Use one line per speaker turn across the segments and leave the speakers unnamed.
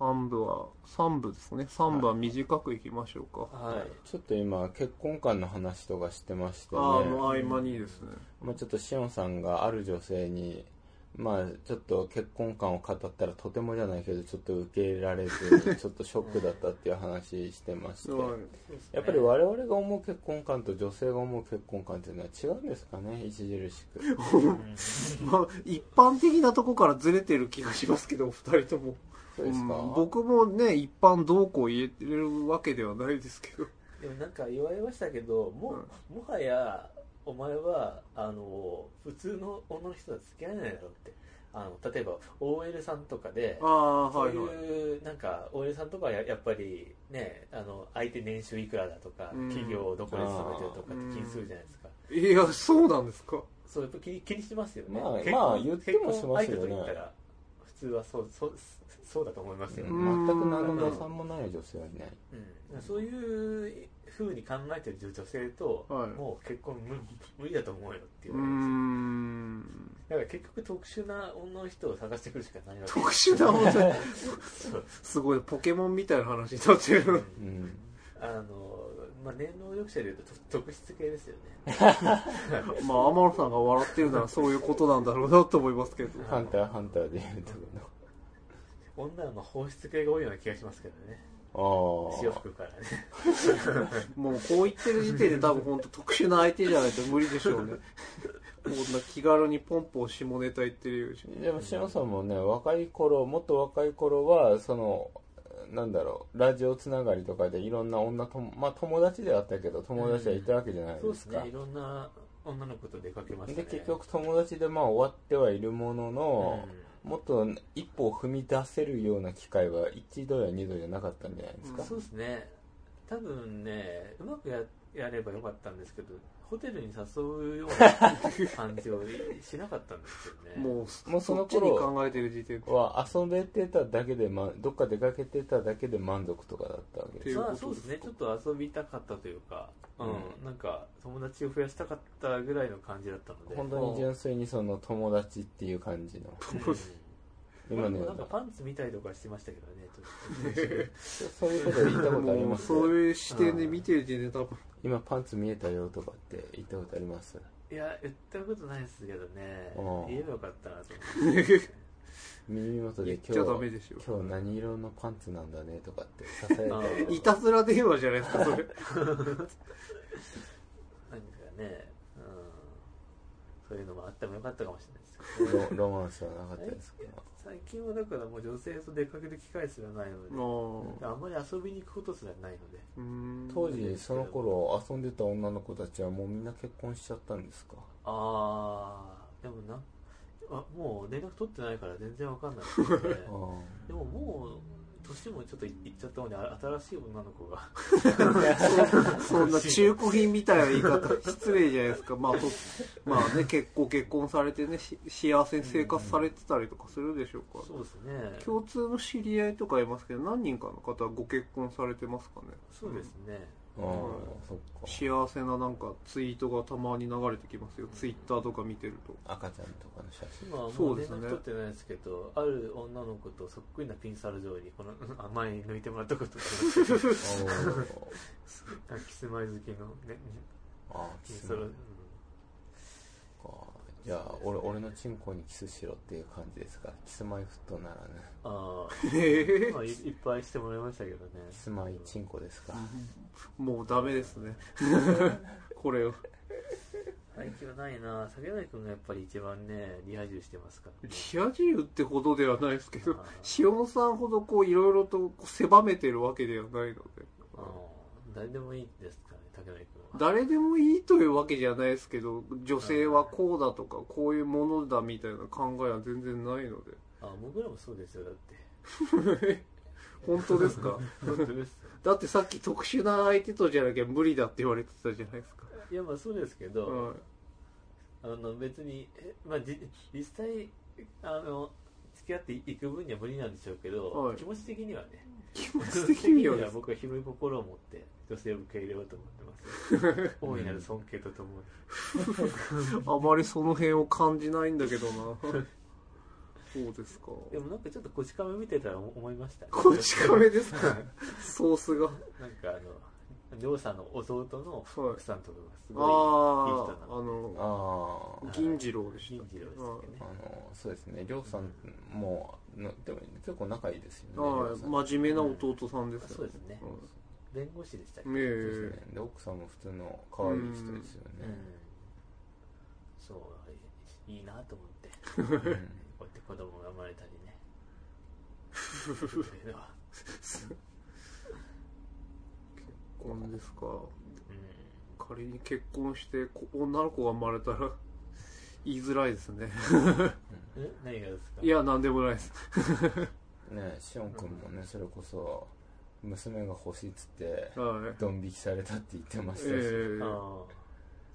3部は、3部ですね。3部は短くいきましょうか。
はい。ちょっと今、結婚観の話とかしてましてね。
ああ、もう合間にですね。
まあ、ちょっとしおんさんがある女性に、まあ、ちょっと結婚観を語ったらとてもじゃないけどちょっと受け入れられ ずちょっとショックだったっていう話してまして、
はい
やっぱり我々が思う結婚観と女性が思う結婚観っていうのは違うんですかね著しく
まあ、一般的なとこからずれてる気がしますけど、お二人とも。
そうですか、
うん僕もね、一般どうこう言えるわけではないですけど。
でもなんか言われましたけども,、もはやお前はあの普通の女の人とは付き合えないだろうってあの例えば OL さんとかで
ああ、
そう
はいはい。
いうなんか OL さんとかはややっぱりねあの相手年収いくらだとか
うん
企業をどこに勤めてるとかって気にするじゃないですか
いや、そうなんですか。
そうやっぱ気に気にしますよね
まあ
結婚
まあ言ってもしますよね
結婚相手と言ったら普通はそうそうそうだと思いますよね、
うん
全く何の打算もない女性はいない
うん、そういうふうに考えてる女性と、
はい
もう結婚無無理だと思うよっていう
ー
わけですよ
ん。
だから結局特殊な女の人を探してくるしかないわけ
特殊なもんじゃない
そう
すごい、ポケモンみたいな話になって
う
る。
うんん
あのまあ、念能力者でいうとと特質系ですよね
まあ、天野さんが笑ってるならそういうことなんだろうなと思いますけど。
ハンターハンターで言うとこ
女はまあ本質系が多いような気がしますけどね
の
潮
あ
吹くからね
もうこう言ってる時点で多分本当特殊な相手じゃないと無理でしょうね。こんな気軽にポンポン下ネタ言ってるようし。
あでもしおんさんもね若い頃もっと若い頃はそのなんだろうラジオつながりとかでいろんな女ともまあ友達ではあったけど友達はいたわけじゃない
そ
で
うです
すか、
ねいろんな女の子と出かけました
で
ね
結局友達でまあ終わってはいるものの、もっと一歩を踏み出せるような機会は一度や二度じゃなかったんじゃないです
う
か
ん、そうですね多分ねうまくややればよかったんですけどホテルに誘うような感じをしなかったんですよ ね
もう、
もうそ
そ
の
っちに
頃
考えてる時点で。
は遊べてただけで、ま、どっか出かけてただけで満足とかだったわけで
う
す
ま
こ
あ
と
そうですねちょっと遊びたかったというかうん、
う
なんか友達を増やしたかったぐらいの感じだったので
本当に純粋にその友達っていう感じの
うん
今
ま
の
あでも
よ
なん
う
か
な
パンツ見たりとかしてましたけどね
そういうこと言ったことあり
も
ま
う
す
そういう視点で見てる時点で多分。
今パンツ見えたよとかって言ったことあります
いや言ったことないですけどね
うん
言えばよかったなと思って
耳元で
言っちゃダ
今
メ
日
でしょ。
今日何色のパンツなんだねとかってささやかれ
あ
て
ー
いたずら電話じゃないですか、それ。
なんかね、うん、そういうのもあってもよかったかもしれないですけど
ロロマンスはなかったですか
最近はだからもう女性と出かける機会すらないので、
も
あんまり遊びに行くことすらないので
う、うーん
当時その頃遊んでた女の子たちはもうみんな結婚しちゃったんですか
ああでもなあもう連絡取ってないから全然わかんないですけどねでももう年もちょっといっちゃったのであ新しい女の子が
そんな中古品みたいな言い方、失礼じゃないですか。まあ、とまあね、結構結婚されてね、し幸せに生活されてたりとかするでしょうか。
そうですね
共通の知り合いとかいますけど、何人かの方はご結婚されてますかね。
そうですね、
ああそっか
幸せななんかツイートがたまに流れてきますよ。ツイッターとか見てると。
赤ちゃんとかの写真
今はも
そううで
連
すね
絡取ってないですけどある女の子とそっくりなピンサル状にこのうん甘い抜いてもらったことがありますけど なんかキスマイ好きの、ね、
ああキ
ピン
ス
サ
そっ
ル、
か
うん
じゃあ俺俺のチンコにキスしろっていう感じですかキスマイフットならね
ああ
へえ
まあ、いいっぱいしてもらいましたけどね
キスマイチンコですか
もうダメです ね。これを。
最近はないな酒内くんがやっぱり一番ねリハ充してますから、ね、
リア充ってほどではないですけど
あ、ー
しおんさんほどこういろいろとこう狭めてるわけではないので。
あー誰でもいいですからね竹内くんは
誰でもいいというわけじゃないですけど、女性はこうだとか、こういうものだみたいな考えは全然ないので。
あ僕らもそうですよだって
本当ですか
本当ですよ
だってさっき特殊な相手とじゃなきゃ無理だって言われてたじゃないですか。
いやまあそうですけど、
はい
あの別に、えまあ、じ実際あの付き合っていく分には無理なんでしょうけど、
はい
気持ち的にはね
気持ち的には
気
で
持ち的
す
僕は広い心を持って女性を受け入れようと思ってます 大いなる尊敬とともに
あまりその辺を感じないんだけどな。そうですか
でもなんかちょっとこち亀見てたら思いました、ね、
こち 亀ですかソースが
なんかあのりょうさんの弟の
はい
奥さんとかがす
あ
ごいいい人
あ
な
あ
の
あ
の
あ
銀次郎でし
銀
た
次郎ですよね
あのそうですねりょうさんものでも結構仲いいですよね
あ
りょうさん
あ真面目な弟さんです
そうですね
うん
弁護士でしたっけ
ね
そうです
え
ねで奥さんも普通の可愛い人ですよ
うん
ね
そういいなと思っ
う
て
ん
こうやって子供が生まれたり ねそういうのは
結婚ですか
う
仮に結婚してこ女の子が生まれたら言いづらいですね
んえ何がですか
いや何でもないです
ねしおんくんもねそれこそ娘が欲しいっつって
はい
ドン引きされたって言ってまし
え
た
ー、
し、
あー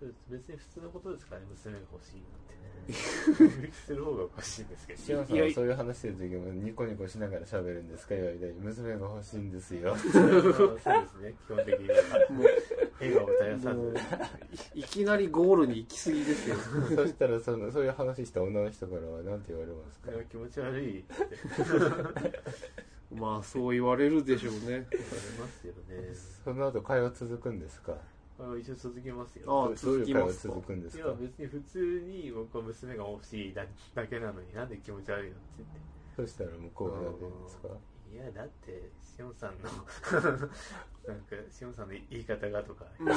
それ別に普通のことですからね娘が欲しいなん てね分岐する方がおかしいんですけ
し
ど
おんさん
い
は
や
そういう話してる時もニコニコしながら喋るんですか言われたり娘が欲しいんですよ
そうですね基本的には
もう
笑顔を絶やさ
もう
ず
いきなりゴールに行き過ぎですよ
そしたらそのそういう話した女の人からは何て言われますか
でも気持ち悪いって言われ
まあそう言われるでしょうね
ますよね
その後会話続くんですか
あの一応続きますよ
あ
どうどう
続
い
き
う会
ま
話
すか
続くんです
い
か
や別に普通に僕は娘が欲しいだだけなのになんで気持ち悪いのって言って
そしたら向こうは何て言うんですか
いやだってしおんさんのなんかしおんさんの言い方がとか、
うん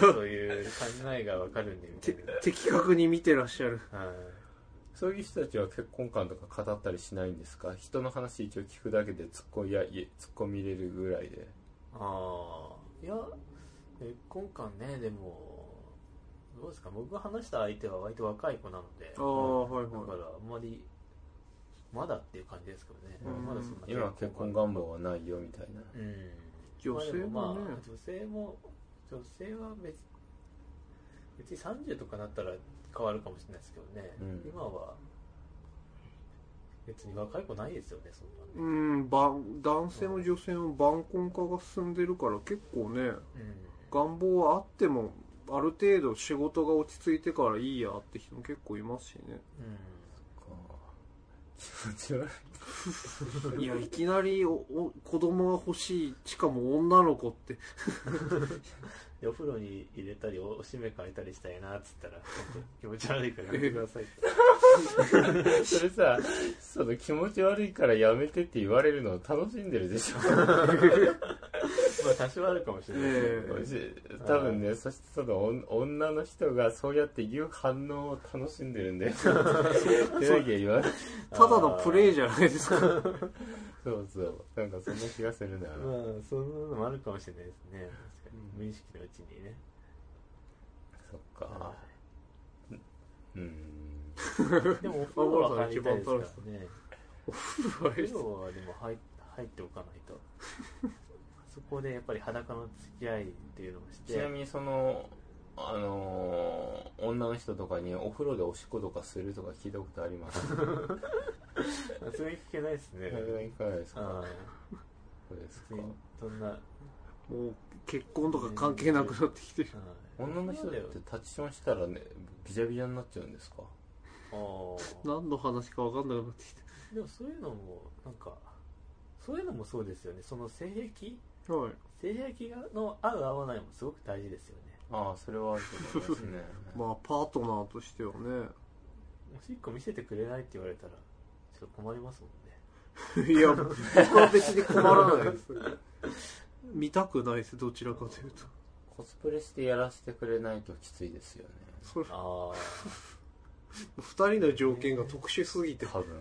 そういう考えがわかるんでみた
て
いな
的確に見てらっしゃる
はい
そういう人たちは結婚観とか語ったりしないんですか人の話一応聞くだけで突っ込みやいえ突っ込み入れるぐらいで
ああいや結婚観ねでもどうですか僕が話した相手は割と若い子なので
ああはい
だから
は
あんまりまだっていう感じですけどね、
うん
まだそんな
今は結婚願望はないよみたいな
うん
女性もね
まあでもまあ女性も女性は別別に30とかなったら変わるかもしれないですけどね、
うん
今は別に若い子ないですよねそん
い
なね
うんばん男性も女性も晩婚化が進んでるから結構ね願望はあってもある程度仕事が落ち着いてからいいやって人も結構いますし ね
うん、
気持ち悪い
いやいきなりおお子供が欲しいしかも女の子って
でお風呂に入れたりおおしめ変えたりしたいなっつったら本当気持ち悪いからやめてくださいって
それさその気持ち悪いからやめてって言われるのを楽しんでるでしょ
まあ多少あるかもしれないですけど、
え
多分ねそしてその女女の人がそうやって言う反応を楽しんでる んだよってなきゃ言わない
ただのプレイじゃないですか
そうそうなんかそんな気がするな、
まあそんなのもあるかもしれないですね確かに無意識のうちにね
そっかうん
でもお風呂は入りたいですからね
あ
風
れ
呂はでも入入っておかないとそこでやっぱり裸の付き合いっていうのをして
ちなみにそのあのー女の人とかにお風呂でおしっことかするとか聞いたことあります
あそれ聞けないですね
なかなかいかないです
あ
かそうです
あ
か
そんな
もう結婚とか関係なくなってきてる
女の人っ
だ
て
よ
タッチションしたらねビジャビジャになっちゃうんですか
ああ
何の話か分かんなくなってきて
でもそういうのもなんかそういうのもそうですよねその性癖
はい
性癖がの合う合わないもすごく大事ですよね
ああそれはあると思 いますね
まあパートナーとしてはね
おしっこ見せてくれないって言われたらちょっと困りますもんね
いや僕は別に困らないです見たくないですどちらかというと
コスプレしてやらせてくれないときついですよね
それ
ああ
2人の条件が特殊すぎて
多分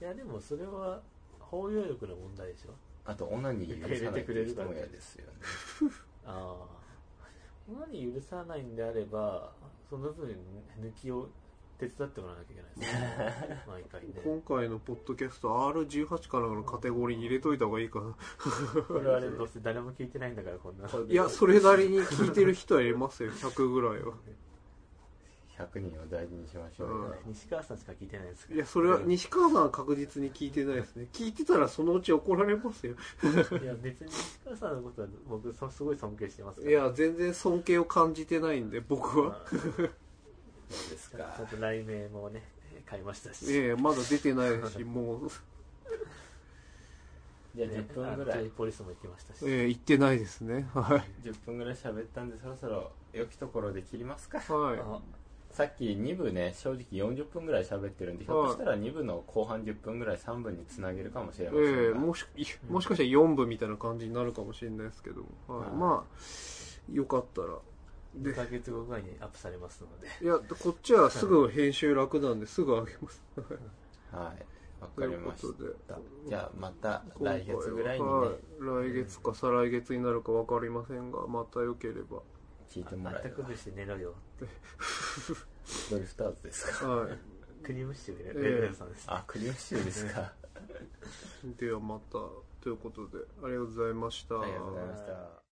いやでもそれは包容力の問題でしょ
あとオナニー許さないっていう人も嫌ですよね
ああ今に許さないんであればその分抜きを手伝ってもらわなきゃいけないです ね毎回ね
今回のポッドキャスト R18 からのカテゴリーに入れといた方がいいかな
これはどうせ誰も聞いてないんだからこんな
いやそれなりに聞いてる人はいますよ100ぐらいは
100人を大事にしましょうよ、
うん
西川さんしか聞いてないですから
いやそれは西川さんは確実に聞いてないですね聞いてたらそのうち怒られますよ
いや別に西川さんのことは僕そすごい尊敬してますか
い
ら
や全然尊敬を感じてないんで僕は
そうですかちゃんと来名もね買いましたし、
ええまだ出てないし、もう、
じゃあ
ね
10分ぐら
あの
い
ジョイポリスも行きましたし、
ええ行ってないですね。はい。
10分ぐらい喋ったんでそろそろ良きところで切りますか
は
あ
さっき2部ね正直40分ぐらい喋ってるんでひょっとしたら2部の後半10分ぐらい3部につなげるかもしれ
い。
ませ
ええ
んが、
もし、もしかしたら4部みたいな感じになるかもしれないですけども。はい。
はい
まあ、よかったら。で
2ヶ月後ぐらいにアップされますので、
いや、こっちはすぐ編集楽なんで、すぐ上げます。
はい わかりまし
というこ
た
とで
じゃあまた来月ぐらいにね
今回ははい、来月か再来月になるか分かりませんが、またよければ。
聞いても
あ
ら
っ
え
た
れ
く
ば
ぶして寝ろよ、
ドリフターズですか
はい。
国ムッシュで
ええ
寝ろよさんです。
あクリオシュですか
ではまた、ということで、ありがとうございました。
ありがとうございました